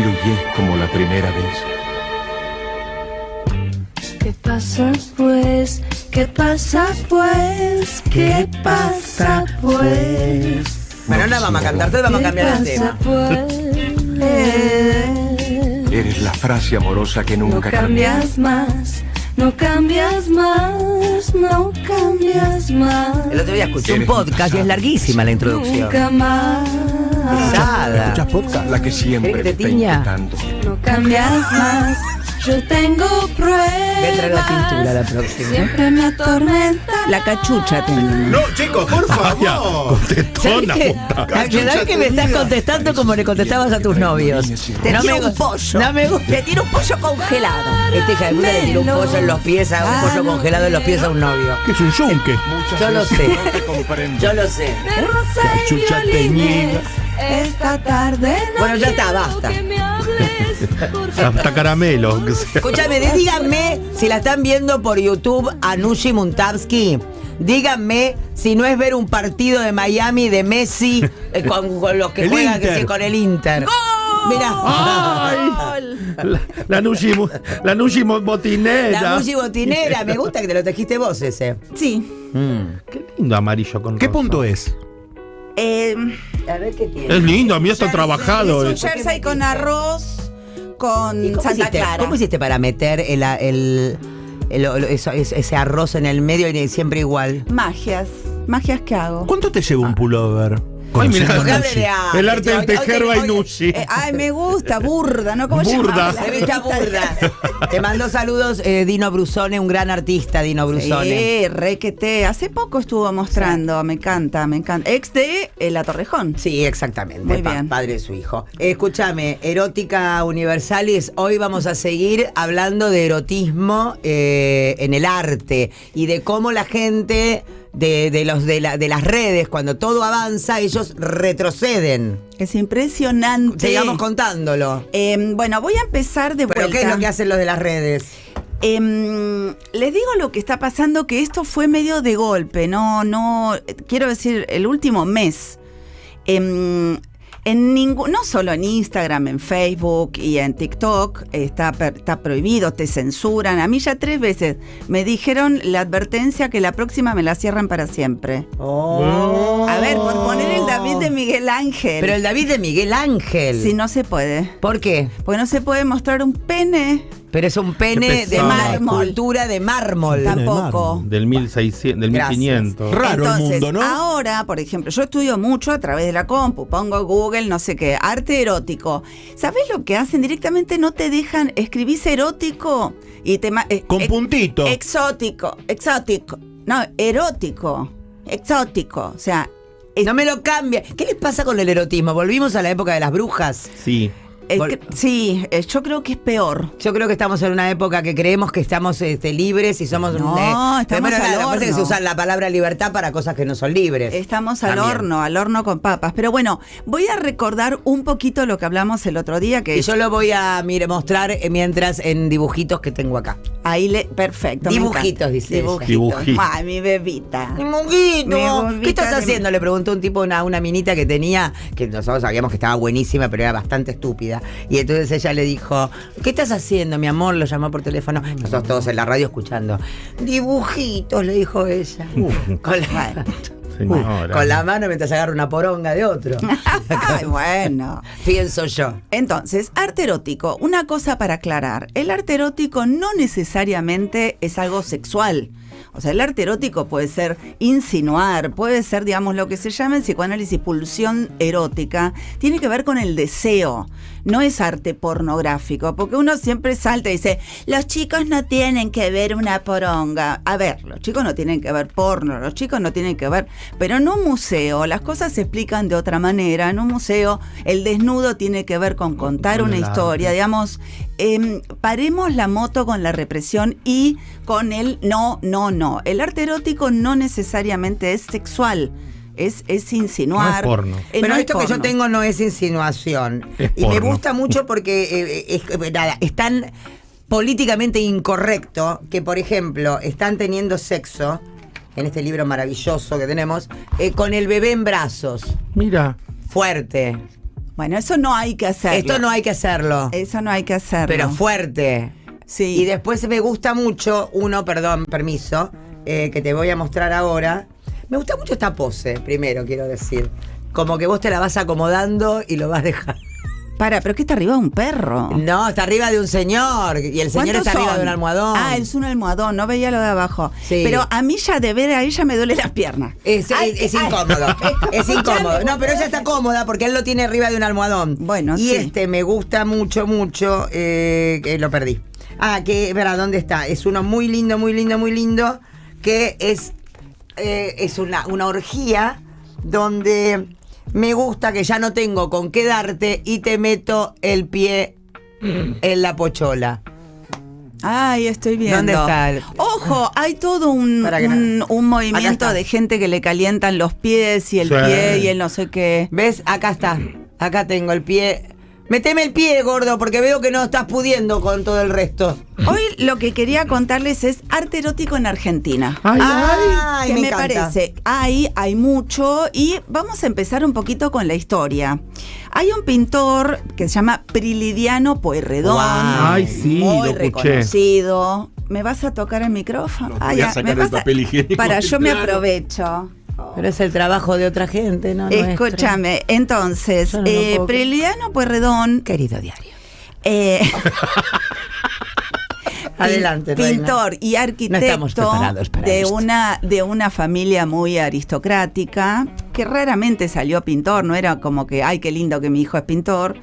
Fluyé como la primera vez. ¿Qué pasa pues? ¿Qué pasa pues? ¿Qué pasa pues? Bueno, la vamos a cantarte, vamos ¿Qué a cambiar el pasa tema. pues? Eres la frase amorosa que No nunca cambia. cambias más, no cambias más, no cambias más. El otro día escuché un Eres un podcast y pasado. es larguísima la introducción. Nunca más. Pesada. podcast? La que siempre me ¿Quieres que te está tiña? inquietando. No cambias más. Yo tengo Voy a pruebas. traer la pintura la próxima. Siempre me atormenta. La cachucha tenía. Oh, No, chicos, por favor. ¿Sabes qué? La verdad que me estás contestando como le contestabas a tus novios. Te No me tiro un gu- pollo. No me gusta. Te tiro un pollo congelado. Este hija de puta le tiró un pollo en los pies a un pollo congelado en los pies a un novio. Que es un yunque. Muchas Yo lo veces sé. No te comprendo. Yo lo sé. de rosa y Cachucha violines. teñida. Esta tarde no Bueno, ya está, quiero basta. que me hables, por Hasta favor. caramelo. que sea. Escúchame, de- díganme si la están viendo por YouTube a Nushi Muntavsky. Díganme si no es ver un partido de Miami de Messi eh, con, con los que El juegan que Inter. sí, con el Inter. Mirá. La, la Nushi, mu- la Nushi mo- botinera. La Mushi Botinera, me gusta que te lo tejiste vos ese. Mm. Sí. Qué lindo amarillo con ¿Qué rosa. punto es? Eh, A ver qué tiene. Es lindo, a mí está es trabajado. un eso. jersey con arroz, con ¿Y cómo, Santa hiciste, Clara. cómo hiciste para meter el, el- el- lo- lo- eso- es- ese arroz en el medio y siempre igual? Magias. Magias que hago. ¿Cuánto te lleva un pullover? Ay, mirá, Conociendo a Dale Nushi. de arte, El arte hoy- del hoy te- tejer hoy- Bainushi. Eh, ay, me gusta, burda, ¿no? ¿Cómo Burda. llamarla? Ay, viste, burda. Te mandó saludos eh, Dino Brusone, un gran artista, Dino Brusone. Sí, requete. Hace poco estuvo mostrando, me encanta, me encanta. Ex de eh, La Torrejón. Sí, exactamente. Muy pa- bien. Padre de su hijo. Escúchame, Erótica Universalis, hoy vamos a seguir hablando de erotismo eh, en el arte y de cómo la gente de, de los, de, la- de las redes, cuando todo avanza, ellos retroceden. Es impresionante. Sigamos contándolo. Eh, bueno, voy a empezar de ¿Pero vuelta. qué es lo que hacen los de las redes? Em, les digo lo que está pasando, que esto fue medio de golpe, no, no, eh, quiero decir, el último mes. Em, en ningún, no solo en Instagram, en Facebook y en TikTok eh, está, per- está prohibido, te censuran. A mí ya tres veces me dijeron la advertencia que la próxima me la cierran para siempre. A ver, por poner el David de Miguel Ángel. Oh. Pero el David de Miguel Ángel. Si no se puede. ¿Por qué? Porque no se puede mostrar un pene Pero es un pene de pesado. mármol. Cultura de mármol. Pene de tampoco. mármol. Del 1600, del Gracias. 1500. Raro el Entonces, mundo, ¿no? Ahora, por ejemplo, yo estudio mucho a través de la compu, pongo Google, no sé qué, arte erótico. ¿Sabes lo que hacen? Directamente no te dejan, escribís erótico y te... ma- eh, Con ex- puntito. Exótico, exótico. No, erótico, exótico. O sea, No me lo cambia. ¿Qué les pasa con el erotismo? Volvimos a la época de las brujas. Sí. eh, Vol- cre- sí, eh, yo creo que es peor. Yo creo que estamos en una época que creemos que estamos este, libres y somos... eh, No, estamos primero, al lo que pasa es que se horno. usa la palabra libertad para cosas que no son libres. Estamos al También. horno, al horno con papas. Pero bueno, voy a recordar un poquito lo que hablamos el otro día, que Y es- yo lo voy a mire, mostrar eh, mientras en dibujitos que tengo acá. ahí le... Perfecto. me Dibujitos, encanta. dice ella. Dibujitos. Dibujitos. Ay, mi bebita. Mi monguito, Mi monguito ¿qué estás de- haciendo? Le preguntó un tipo a una, una minita que tenía, que nosotros sabíamos que estaba buenísima, pero era bastante estúpida. Y entonces ella le dijo, ¿qué estás haciendo, mi amor? Lo llamó por teléfono. Nosotros todos en la radio escuchando. Dibujitos, le dijo ella. Con la, uh, Señora. con la mano mientras agarra una poronga de otro. Ay, bueno. Pienso yo. Entonces, arte erótico, una cosa para aclarar, el arte erótico no necesariamente es algo sexual. O sea, el arte erótico puede ser insinuar, puede ser, digamos, lo que se llama en psicoanálisis pulsión erótica, tiene que ver con el deseo, no es arte pornográfico, porque uno siempre salta y dice, los chicos no tienen que ver una poronga. A ver, los chicos no tienen que ver porno, los chicos no tienen que ver, pero en un museo las cosas se explican de otra manera, en un museo el desnudo tiene que ver con contar Con una el historia, arte. digamos, em, paremos la moto con la represión y con el no, no, no. El arte erótico no necesariamente es sexual. Es, es insinuar. No es porno. Eh, Pero no es esto que yo porno. tengo no es insinuación. Es y me porno. gusta mucho porque eh, eh, es, nada, es tan políticamente incorrecto que, por ejemplo, están teniendo sexo en este libro maravilloso que tenemos, eh, con el bebé en brazos, Mira. fuerte. Bueno, eso no hay que hacerlo. Esto no hay que hacerlo. Eso no hay que hacerlo. Pero fuerte. Sí. Y después me gusta mucho, uno, perdón, permiso, eh, que te voy a mostrar ahora. Me gusta mucho esta pose, primero quiero decir. Como que vos te la vas acomodando y lo vas dejando. Para, pero que está arriba un perro. No, está arriba de un señor. Y el señor ¿Cuántos está arriba son? de un almohadón. Ah, es un almohadón, no veía lo de abajo. Sí. Pero a mí ya de ver a ella me duele las piernas. Es, Ay, es- es ay. incómodo. Es incómodo. No, pero ella está cómoda porque él lo tiene arriba de un almohadón. Bueno, Y sí. este me gusta mucho, mucho. eh, que lo perdí. Ah, que, verá, ¿dónde está? Es uno muy lindo, muy lindo, muy lindo. Que es, eh, es una, una orgía donde me gusta que ya no tengo con qué darte y te meto el pie en la pochola. Ay, estoy viendo. ¿Dónde está el- Ojo, hay todo un, Para que no- un, un Acá movimiento está. de gente que le calientan los pies y el Sí. pie y el no sé qué. ¿Ves? Acá está. Acá tengo el pie. Meteme el pie, gordo, porque veo que no estás pudiendo con todo el resto. Hoy lo que quería contarles es arte erótico en Argentina. Ah, Ay, Ay, que me, encanta. parece, hay, hay mucho y vamos a empezar un poquito con la historia. Hay un pintor que se llama Prilidiano Pueyrredón, Guau. Ay, sí, muy lo escuché. reconocido. ¿Me vas a tocar el micrófono? No, voy a ah, sacar me el vas a- papel higiénico Para, del yo me plano. aprovecho. Pero es el trabajo de otra gente, ¿no? nuestro. Escúchame, entonces, Yo no lo eh, puedo creer. Prilidiano Pueyrredón, Querido diario. eh, Adelante, Pin- reina. Pintor y No estamos arquitecto preparados para de, esto. una, de una familia muy aristocrática, que raramente salió pintor, no era como que, ay, qué lindo que mi hijo es pintor.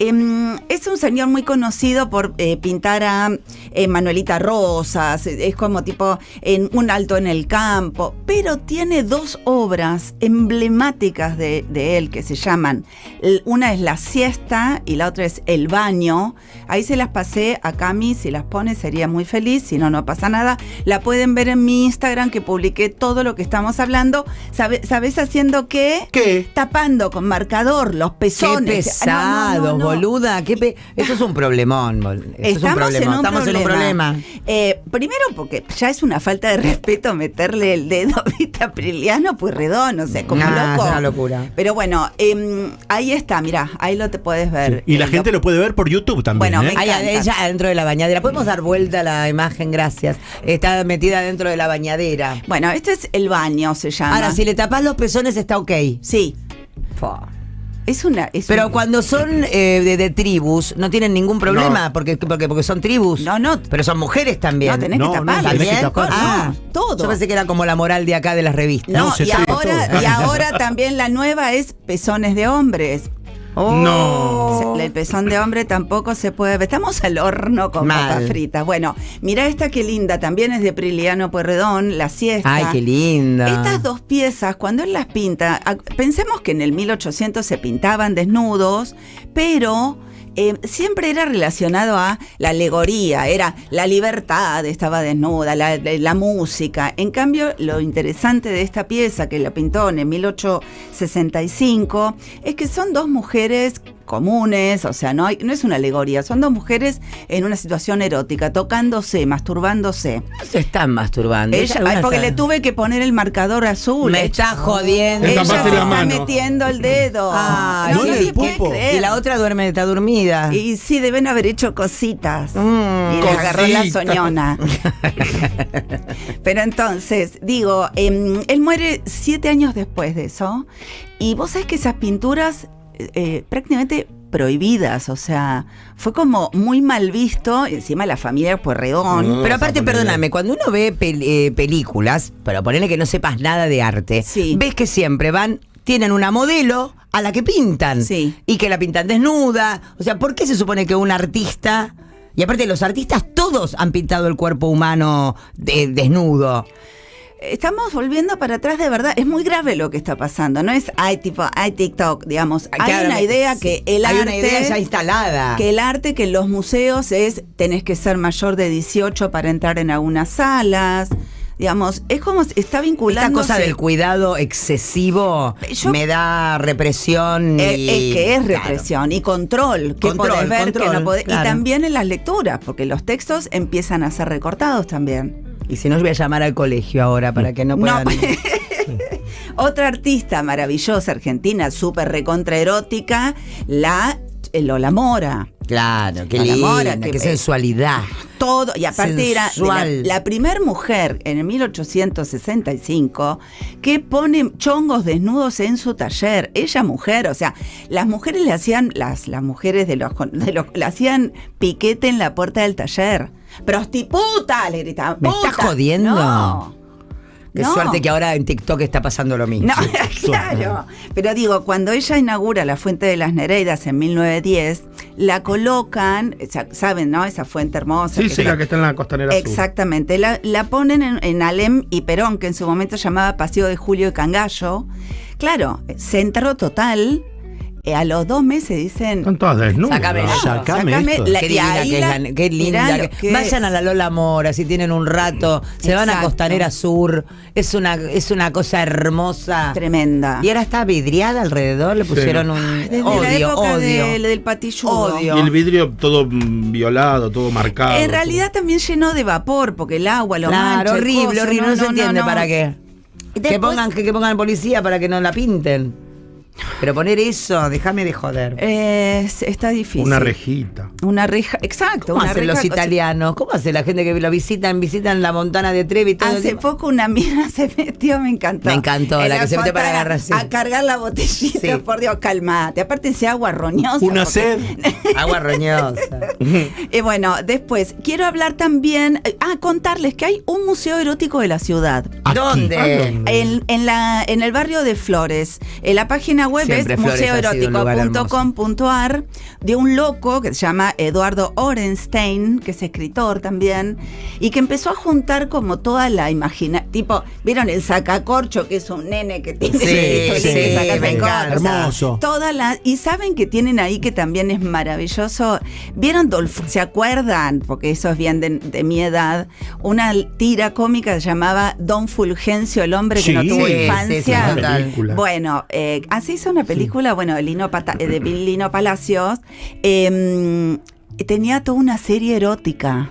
Em, es un señor muy conocido por eh, pintar a eh, Manuelita Rosas, es es como tipo en un alto en el campo, pero tiene dos obras emblemáticas de, de él que se llaman, l- una es La siesta y la otra es El baño, ahí se las pasé a Cami, si las pone sería muy feliz, si no, no pasa nada, la pueden ver en mi Instagram que publiqué todo lo que estamos hablando, Sabe- ¿sabes haciendo qué? ¿Qué? Tapando con marcador los Qué pezones. Ah, pesados, No, no, no, no. boluda. Qué pe- Eso es un problemón. bol- Eso es un Estamos, problema. en un Estamos problema. en un problema. Eh, primero porque ya es una falta de respeto meterle el dedo ¿viste? a Priliano Pueyrredón, o sea, como Nah, loco. es una locura. Pero bueno, em, ahí está, mirá, ahí lo te puedes ver. Y la Eh, gente lo puede ver por YouTube también. Bueno, ¿eh? me Ahí encanta. ella adentro de la bañadera. ¿Podemos dar vuelta a la imagen? Gracias. Está metida dentro de la bañadera. Bueno, este es el baño, se llama. Ahora, si le tapás los pezones está ok. Sí. Es una. es Pero un- cuando son eh, de, de tribus, no tienen ningún problema, porque, porque, porque son tribus. No, no. Pero son mujeres también. No, tenés No, que no, tapar. tenés que ¿También? tapar. Ah, No, todo. Yo pensé que era como la moral de acá de las revistas. No, No, se y, sabe ahora, todo. y ahora también la nueva es pezones de hombres. No. Se- El pezón de hombre tampoco se puede ver. Estamos al horno con Mal. papas fritas. Bueno, mira esta que linda, también es de Priliano Puerredón, La siesta. Ay, qué linda. Estas dos piezas, cuando él las pinta, a- pensemos que en el 1800 se pintaban desnudos, pero eh, siempre era relacionado a la alegoría, era la libertad, estaba desnuda, la, la- la música. En cambio, lo interesante de esta pieza que la pintó en el 1865 es que son dos mujeres comunes, o sea, no, hay- no es una alegoría, son dos mujeres en una situación erótica, tocándose, masturbándose. No se están masturbando. Ella- Ella- ay, porque está- le tuve que poner el marcador azul. Me está jodiendo. Le Ella se tapaste la está mano. metiendo el dedo. Ah, Ay, no, no no en el se puede pulpo. creer. Y la otra duerme, está dormida. Mm. Y sí, deben haber hecho cositas. y le Mm, Cositas. agarró la soñona. Pero entonces, digo, em, él muere siete años después de eso. Y vos sabés que esas pinturas eh, eh, prácticamente prohibidas, o sea, fue como muy mal visto, encima la familia Puerredón. Pero aparte, perdóname, cuando uno ve pel- eh, películas, pero ponerle que no sepas nada de arte, Sí. ves que siempre van, tienen una modelo a la que pintan. Sí. Y que la pintan desnuda. O sea, ¿por qué se supone que un artista... Y aparte, los artistas todos han pintado el cuerpo humano de- desnudo. Estamos volviendo para atrás de verdad. Es muy grave lo que está pasando. No es hay tipo hay TikTok, digamos. Hay Claro, una idea que el hay arte una idea ya instalada. que el arte que en los museos es tenés que ser mayor de 18 para entrar en algunas salas. Digamos, es como si está Esta vinculando cosa del cuidado excesivo Yo- me da represión. y- que Eh, es Claro. represión y control, que Control, podés ver, que control, no podés- claro. Y también en las lecturas, porque los textos empiezan a ser recortados también. Y si no, yo voy a llamar al colegio ahora para que no puedan. Otra artista maravillosa argentina, súper recontraerótica, la eh, Lola Mora. Claro, qué Lola linda, Mora, qué, qué- sensualidad. Todo, y aparte era de la- Sensual. la, primer mujer en el 1865 que pone chongos desnudos en su taller. Ella mujer, o sea, las mujeres le hacían, las, las mujeres de los, con- de los- le hacían piquete en la puerta del taller. ¡Prostiputa! Le gritaban. ¿Me estás "Puta". jodiendo? No. Qué No. suerte que ahora en TikTok está pasando lo mismo. No, claro. Pero digo, cuando ella inaugura la Fuente de las Nereidas en 1910, la colocan, sa- saben, ¿no? Esa fuente hermosa. Sí, que sí, está- la que está en la costanera sur. Exactamente. La, la ponen en, en Alem y Perón, que en su momento llamaba Paseo de Julio y Cangallo. Claro, se enterró total. Eh, a los dos meses dicen. Están todas desnudas. Sácame Ah, esto. Sácame Sácame esto. la- Qué y linda, ahí que es la- la- qué linda mirá que- lo que Vayan a es. la Lola Mora si tienen un rato. Se van a Exacto. Costanera Sur. Es una, es una cosa hermosa. Tremenda. Ah, Y ahora está vidriada alrededor. Le pusieron un Desde odio, la época odio. del- del patilludo. Odio. Y el vidrio todo mm, violado, todo marcado. En realidad también llenó de vapor, porque el agua lo Claro, mancha, el horrible, coso, horrible. No, se entiende no. para qué. que, Después- pongan, que, que pongan policía para que no la pinten. Pero poner eso, déjame de joder. Eh, es- está todo. difícil. Una rejita. Una reja, exacto. ¿Cómo una hacen reja- los italianos? ¿Cómo hace la gente que lo visitan? Visitan la Montana de Trevi y todo el Hace tiempo? poco una mina se metió, me encantó. Me encantó, En la que se metió para foto a- agarrar, sí. A cargar la botellita, Sí. por Dios, calmate. Aparte ese agua roñosa. Una porque- sed. Agua roñosa. Eh, bueno, después, quiero hablar también, eh, ah, contarles que hay un museo erótico de la ciudad. ¿Dónde? En, en la, en el barrio de Flores. En la página web Siempre es Flores ha sido un lugar museoerótico.com.ar de un loco que se llama Eduardo Orenstein, que es escritor también, y que empezó a juntar como toda la imagina Tipo, ¿vieron el sacacorcho que es un nene que tiene Sí, que sí, saca me sacacorcho? encanta. Hermoso. Toda la, y saben que tienen ahí que también es maravilloso. ¿Vieron Dolf? ¿Se acuerdan? Porque eso es bien de, de mi edad. Una tira cómica que llamaba Don Fulgencio, el hombre que no Sí, tuvo sí, sí, infancia. sí, total. Película. Bueno, eh, así hizo una película, bueno, de Lino, Pata- eh, de Lino Palacios. eh, tenía toda una serie erótica.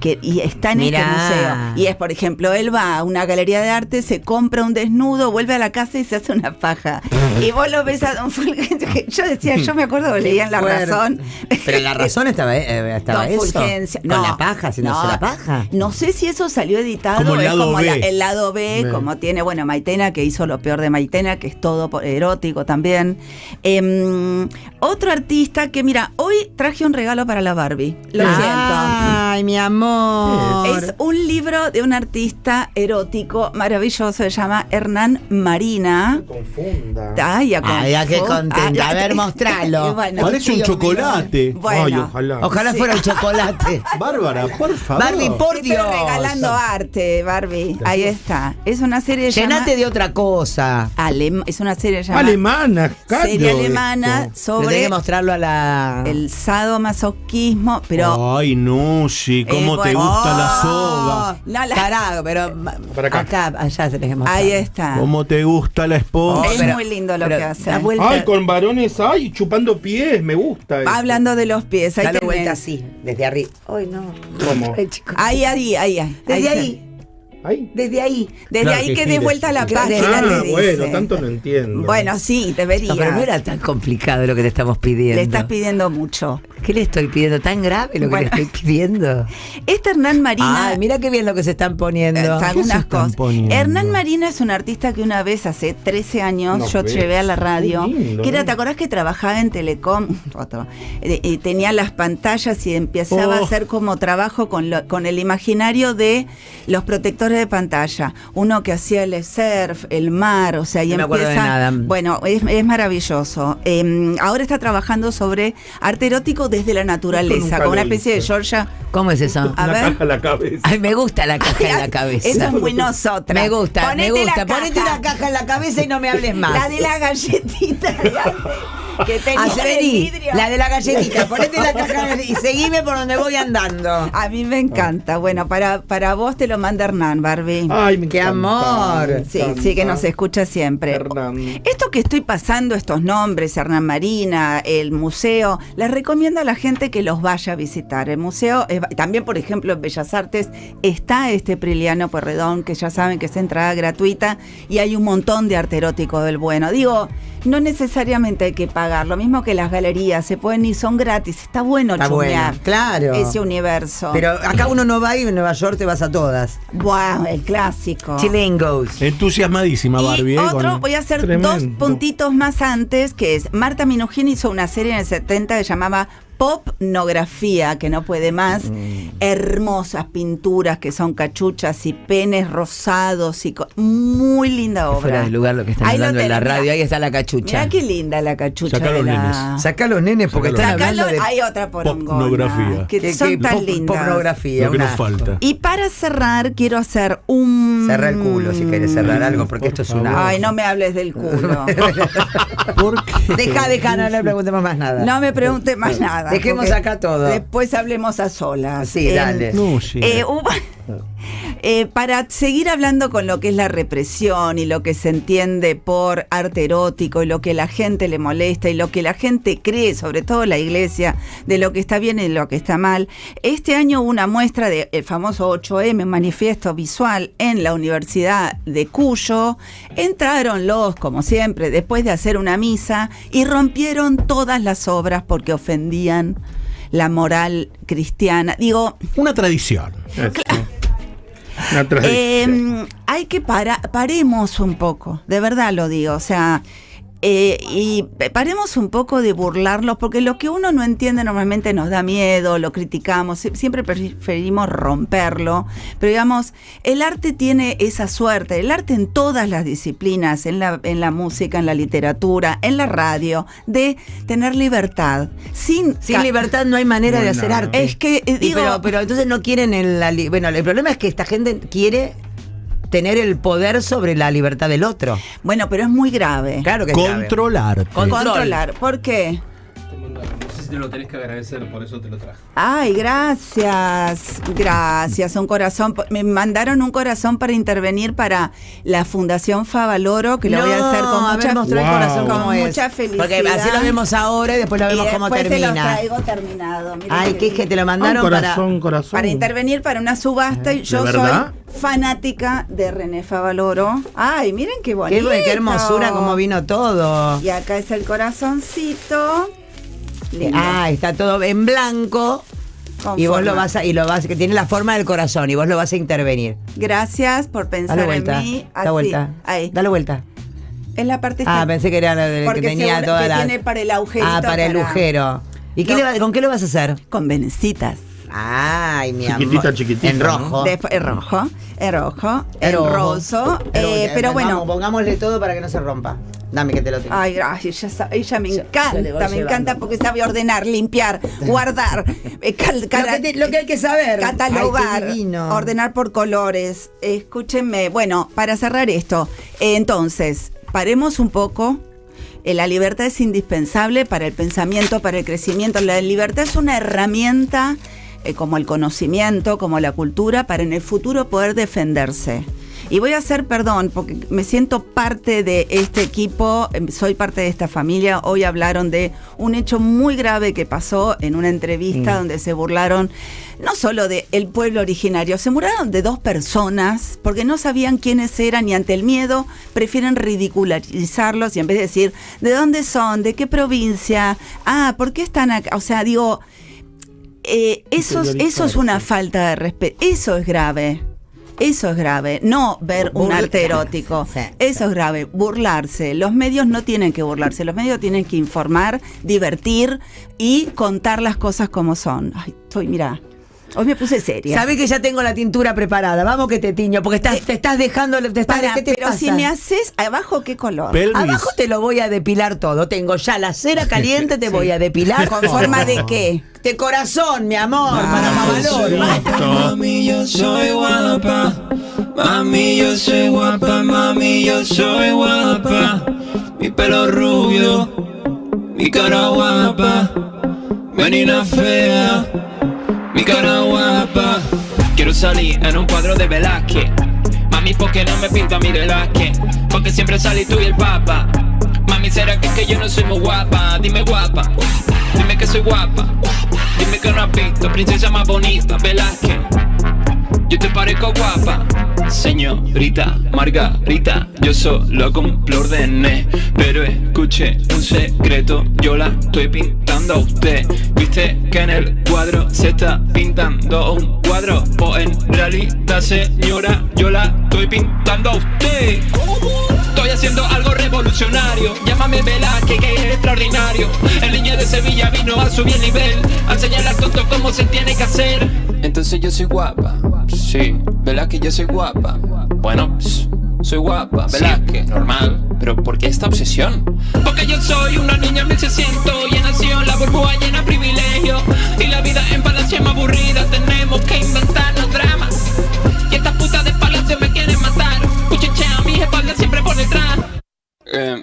Que, y está en Mirá. este museo. Y es, por ejemplo, él va a una galería de arte, se compra un desnudo, vuelve a la casa y se hace una paja. y vos lo ves a Don Fulgencio. que Yo decía, yo me acuerdo que leía en La Fuerte. Razón. Pero la razón estaba, eh, estaba Don eso. Fulgencio. Con la paja, si no, se la paja. No sé si eso salió editado. Como el es lado como B. el lado B, como tiene, bueno, Maitena, que hizo lo peor de Maitena, que es todo por- erótico también. Em, otro artista que, mira, hoy traje un regalo para la Barbie. Lo Ay, mi amor. siento. Es un libro de un artista erótico maravilloso, se llama Hernán Marina. Confunda. Ay, a Ay, ya qué confo- contenta. A Ay, ver, mostralo. Bueno, Parece un Dios chocolate. bueno. Ay, ojalá. Ojalá fuera un chocolate. Bárbara, por favor. Barbie, por Estoy Dios. regalando arte, Barbie. Ahí está. Es una serie Llenate llama- de otra cosa. Alem- es una serie llamada Alemana, callo serie esto. alemana Sobre sobre que mostrarlo a la. el sadomasoquismo, pero Ay, Nushi, cómo Eh, te bueno. gusta la Oh, soga. no, la- Tarado, pero. ma- Para acá. allá tenés que mostrar. ahí está. Cómo te gusta la esponja. es pero- muy lindo lo pero que hace. da vuelta. Ay, con varones, ay, chupando pies, me gusta. eso. Va hablando de los pies, ahí Dale tenés. vuelta así, desde arriba. Ay, no. ¿Cómo? Ahí, ahí, ahí, ahí. Desde se- ahí, Ay. desde ahí. Desde Claro, ahí que que gire. des vuelta la Claro, página. Ah, te dice. bueno, tanto no entiendo. Bueno, sí, debería. No, pero no era tan complicado lo que te estamos pidiendo. Le estás pidiendo mucho. ¿Qué le estoy pidiendo? ¿Tan grave lo que Bueno. le estoy pidiendo? Este Hernán Marina. Ay, mira qué bien lo que se están poniendo. Eh, ¿Qué se algunas están cosas. poniendo? Hernán Marina es un artista que una vez hace 13 años No yo ves. llevé a la radio. Qué lindo, que era, ¿no? ¿te acordás que trabajaba en Telecom? Otro. Eh, eh, tenía las pantallas y empezaba a Oh. hacer como trabajo con, lo- con el imaginario de los protectores de pantalla. Uno que hacía el surf, el mar, o sea, y No me acuerdo empieza. de nada. Bueno, es, es maravilloso. Eh, ahora está trabajando sobre arte erótico desde la naturaleza, nunca como lo una especie de hice. Georgia. ¿Cómo es eso? A Una ver. caja a la cabeza. Ay, me gusta la caja en la cabeza. Eso es muy nosotras. Me gusta, Ponete me gusta. la Ponete caja. una caja en la cabeza y no me hables más. La de la galletita. de antes. Que tenía Haz- el vení, vidrio. la de la galletita, ponete la caja y seguime por donde voy andando. A mí me encanta. Bueno, para, para vos te lo manda Hernán, Barbie. Ay, me Qué encanta, amor. me Sí, encanta. sí, que nos escucha siempre. Hernán. Esto que estoy pasando, estos nombres, Hernán Marina, el museo, les recomiendo a la gente que los vaya a visitar. El museo, es- también por ejemplo en Bellas Artes, está este Priliano Porredón, que ya saben que es entrada gratuita y hay un montón de arte erótico del bueno. Digo, no necesariamente hay que pagar, lo mismo que las galerías, se pueden ir, son gratis, está bueno Está bueno, chumear claro. ese universo. Pero acá uno no va y en Nueva York te vas a todas. Buah, el clásico. Chilengos. Entusiasmadísima Barbie. Y eh, otro, con- voy a hacer Tremendo. dos puntitos más antes, que es Marta Minujín hizo una serie en el 70 que llamaba Popnografía, que no puede más. Hermosas pinturas que son cachuchas y penes rosados y co- muy linda obra. Fuera del lugar lo que están Ahí lo hablando en la tenés, radio. mirá. Ahí está la Mirá cachucha. qué linda la cachucha. Sacá los de la- nenes. Sacá los nenes porque Sacá están Sacá hablando los- de Hay otra porongona. Popnografía. Que, que- son que tan pop- lindas. pornografía. Lo que un nos asco. falta. Y para cerrar, quiero hacer un... Cerra el culo si querés cerrar algo porque esto es una. Ay, no me hables del culo. ¿Por qué? Deja, deja, no le preguntemos más nada. No me pregunte más nada. Dejemos porque acá todo. Después hablemos a solas. Sí, Eh, dale. No, sí. eh, hubo- eh, para seguir hablando con lo que es la represión y lo que se entiende por arte erótico y lo que la gente le molesta y lo que la gente cree, sobre todo la iglesia, de lo que está bien y lo que está mal, este año hubo una muestra del famoso 8M, manifiesto visual, en la Universidad de Cuyo. Entraron los, como siempre, después de hacer una misa y rompieron todas las obras porque ofendían la moral cristiana. Digo, Una tradición. Eso. Una tradición. eh, hay que parar, paremos un poco, de verdad lo digo, o sea, eh, y paremos un poco de burlarlos, porque lo que uno no entiende normalmente nos da miedo, lo criticamos, si- siempre preferimos romperlo, pero digamos, el arte tiene esa suerte, el arte en todas las disciplinas, en la, en la música, en la literatura, en la radio, de tener libertad, sin, Sin ca- libertad no hay manera No de hay hacer nada. arte. Es que, eh, Y digo- pero, pero entonces no quieren el, la li- Bueno, el problema es que esta gente quiere tener el poder sobre la libertad del otro. Bueno, pero es muy grave. Claro que es grave. Controlar. Control. Controlar, ¿por qué? No sé si te lo tenés que agradecer, por eso te lo traje. Ay, gracias, gracias, un corazón. Me mandaron un corazón para intervenir para la Fundación Favaloro, que lo voy a hacer con a ver, mucha, mostrá Wow. el corazón con cómo es. mucha felicidad. Porque así lo vemos ahora y después lo Y vemos cómo después te lo termina. traigo terminado. mira Ay, que es que lindo. te lo Ah, un mandaron corazón, corazón. Para intervenir para una subasta y yo soy verdad? fanática de René Favaloro. Ay, miren qué para. bonito. Qué, bueno, qué hermosura cómo vino todo. Y acá es el corazoncito. Lindo. Ah, está todo en blanco. Con Y vos forma. lo vas a, y lo vas, que tiene la forma del corazón y vos lo vas a intervenir. Gracias por pensar Dale vuelta. en mí. Da vuelta. Ahí. Dale vuelta. Es la parte Ah, esta- pensé que era la de- que Porque tenía seguro toda que la. tiene para el agujerito Ah, para el para- agujero. ¿Y qué No. le va- con qué lo vas a hacer? con venecitas. Ay, mi amor. Chiquitita, chiquitita, En ¿no? rojo. De, es rojo, es rojo, es En Oh. rojo. roso, eh, eh, pero vamos, bueno. pongámosle todo para que no se rompa. Dame que te lo tengo. Ay, ay, ella, sa- ella me yo le voy encanta, me encanta llevando. porque sabe ordenar, limpiar, guardar, eh, cal- cara- te- lo que hay que saber. catalogar, Ay, qué divino. ordenar por colores. Escúchenme, bueno, para cerrar esto, eh, entonces, paremos un poco. Eh, La libertad es indispensable para el pensamiento, para el crecimiento. La libertad es una herramienta eh, como el conocimiento, como la cultura, para en el futuro poder defenderse. Y voy a hacer, perdón, porque me siento parte de este equipo, em, soy parte de esta familia. Hoy hablaron de un hecho muy grave que pasó en una entrevista donde se burlaron no solo del pueblo originario, se burlaron de dos personas porque no sabían quiénes eran y ante el miedo prefieren ridicularizarlos y en vez de decir, ¿de dónde son? ¿De qué provincia? Ah, ¿por qué están acá? O sea, digo, eh, eso, es- eso es una falta de respeto. Eso es grave. Eso es grave. No ver un Burlarse. arte erótico. Sí. Eso es grave. Burlarse. Los medios no tienen que burlarse. Los medios tienen que informar, divertir y contar las cosas como son. Ay, estoy, mira. Hoy me puse seria. Sabés que ya tengo la tintura preparada. Vamos que te tiño, porque estás, te estás dejando. Te estás, Eh, Pará, ¿qué te pero pasa? si me haces abajo, ¿qué color? Pelvis. Abajo te lo voy a depilar todo. Tengo ya la cera caliente, te voy a depilar. ¿Con forma de qué? De corazón, mi amor, para Listo. Mami, yo soy guapa. Mami, yo soy guapa. Mami, yo soy guapa. Mi pelo rubio. mi cara guapa, menina fea, mi cara guapa. Quiero salir en un cuadro de Velázquez, mami, ¿por qué no me pinta mi Velázquez? Porque siempre salí tú y el papa. Mami, ¿será que es que yo no soy muy guapa? Dime guapa, dime que soy guapa, dime que no has visto, princesa más bonita, Velázquez. Yo te parezco guapa, señorita Margarita. Yo solo cumplo órdenes, pero escuche un secreto. Yo la estoy pintando a usted. Viste que en el cuadro se está pintando un cuadro, o en realidad, señora, yo la estoy pintando a usted. Estoy haciendo algo revolucionario. Llámame Velázquez, que es extraordinario. El niño de Sevilla vino a subir el nivel, a enseñar al tonto cómo se tiene que hacer. Entonces yo soy guapa. Sí, Velázquez, yo soy guapa. Bueno, ps, soy guapa. Velázquez, normal. Pero ¿por qué esta obsesión? Porque yo soy una niña en 1600 y he nacido en la burbuja llena de privilegios. Y la vida en palacio es más aburrida. Tenemos que inventarnos dramas. Y esta puta de palacio me quieren matar. Cuchichea a mis espaldas siempre por detrás. Eh,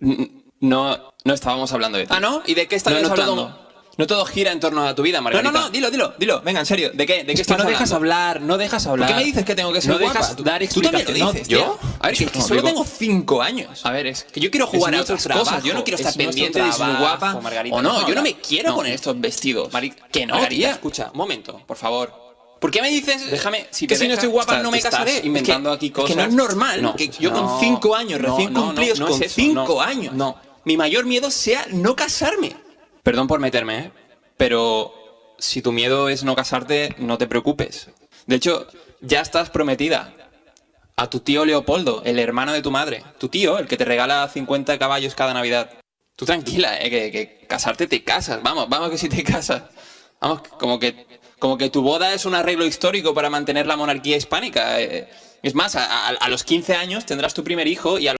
n- no, no estábamos hablando de Ah, ¿no? ¿Y de qué estábamos estabas hablando? Todo, no todo gira en torno a tu vida, No, Margarita. no, no, dilo, dilo, dilo. Venga, en serio, ¿de qué? ¿De qué Es que estás no dejas hablando? hablar, no dejas hablar. ¿Por qué me dices que tengo que ser No guapa? dejas Tú- dar Tú también lo explicaciones. dices, No, tío. ¿yo? A ver, que, No, que solo digo- tengo cinco años. A ver, es Que yo quiero jugar es a nuestro otras trabajo, cosas. Yo no quiero estar es nuestro pendiente de si soy trabajo, guapa Margarita, o no. no, yo no no. me quiero No. poner estos vestidos. que no, Margarita, tía. escucha, un momento, por favor. ¿Por qué me dices Déjame, si que me si no dejas- estoy guapa está- no me estás casaré? Es que- inventando aquí es cosas. Que no es normal No, que yo no, con cinco años, no, recién no, no, cumplidos no es con eso, cinco no, años, no. mi mayor miedo sea no casarme. Perdón por meterme, ¿eh? pero si tu miedo es no casarte, no te preocupes. De hecho, ya estás prometida a tu tío Leopoldo, el hermano de tu madre. Tu tío, el que te regala 50 caballos cada Navidad. Tú tranquila, ¿eh? que, que casarte te casas. Vamos, vamos que si te casas. Vamos, como que, como que tu boda es un arreglo histórico para mantener la monarquía hispánica. eh. Es más, a, a- a los 15 años tendrás tu primer hijo y a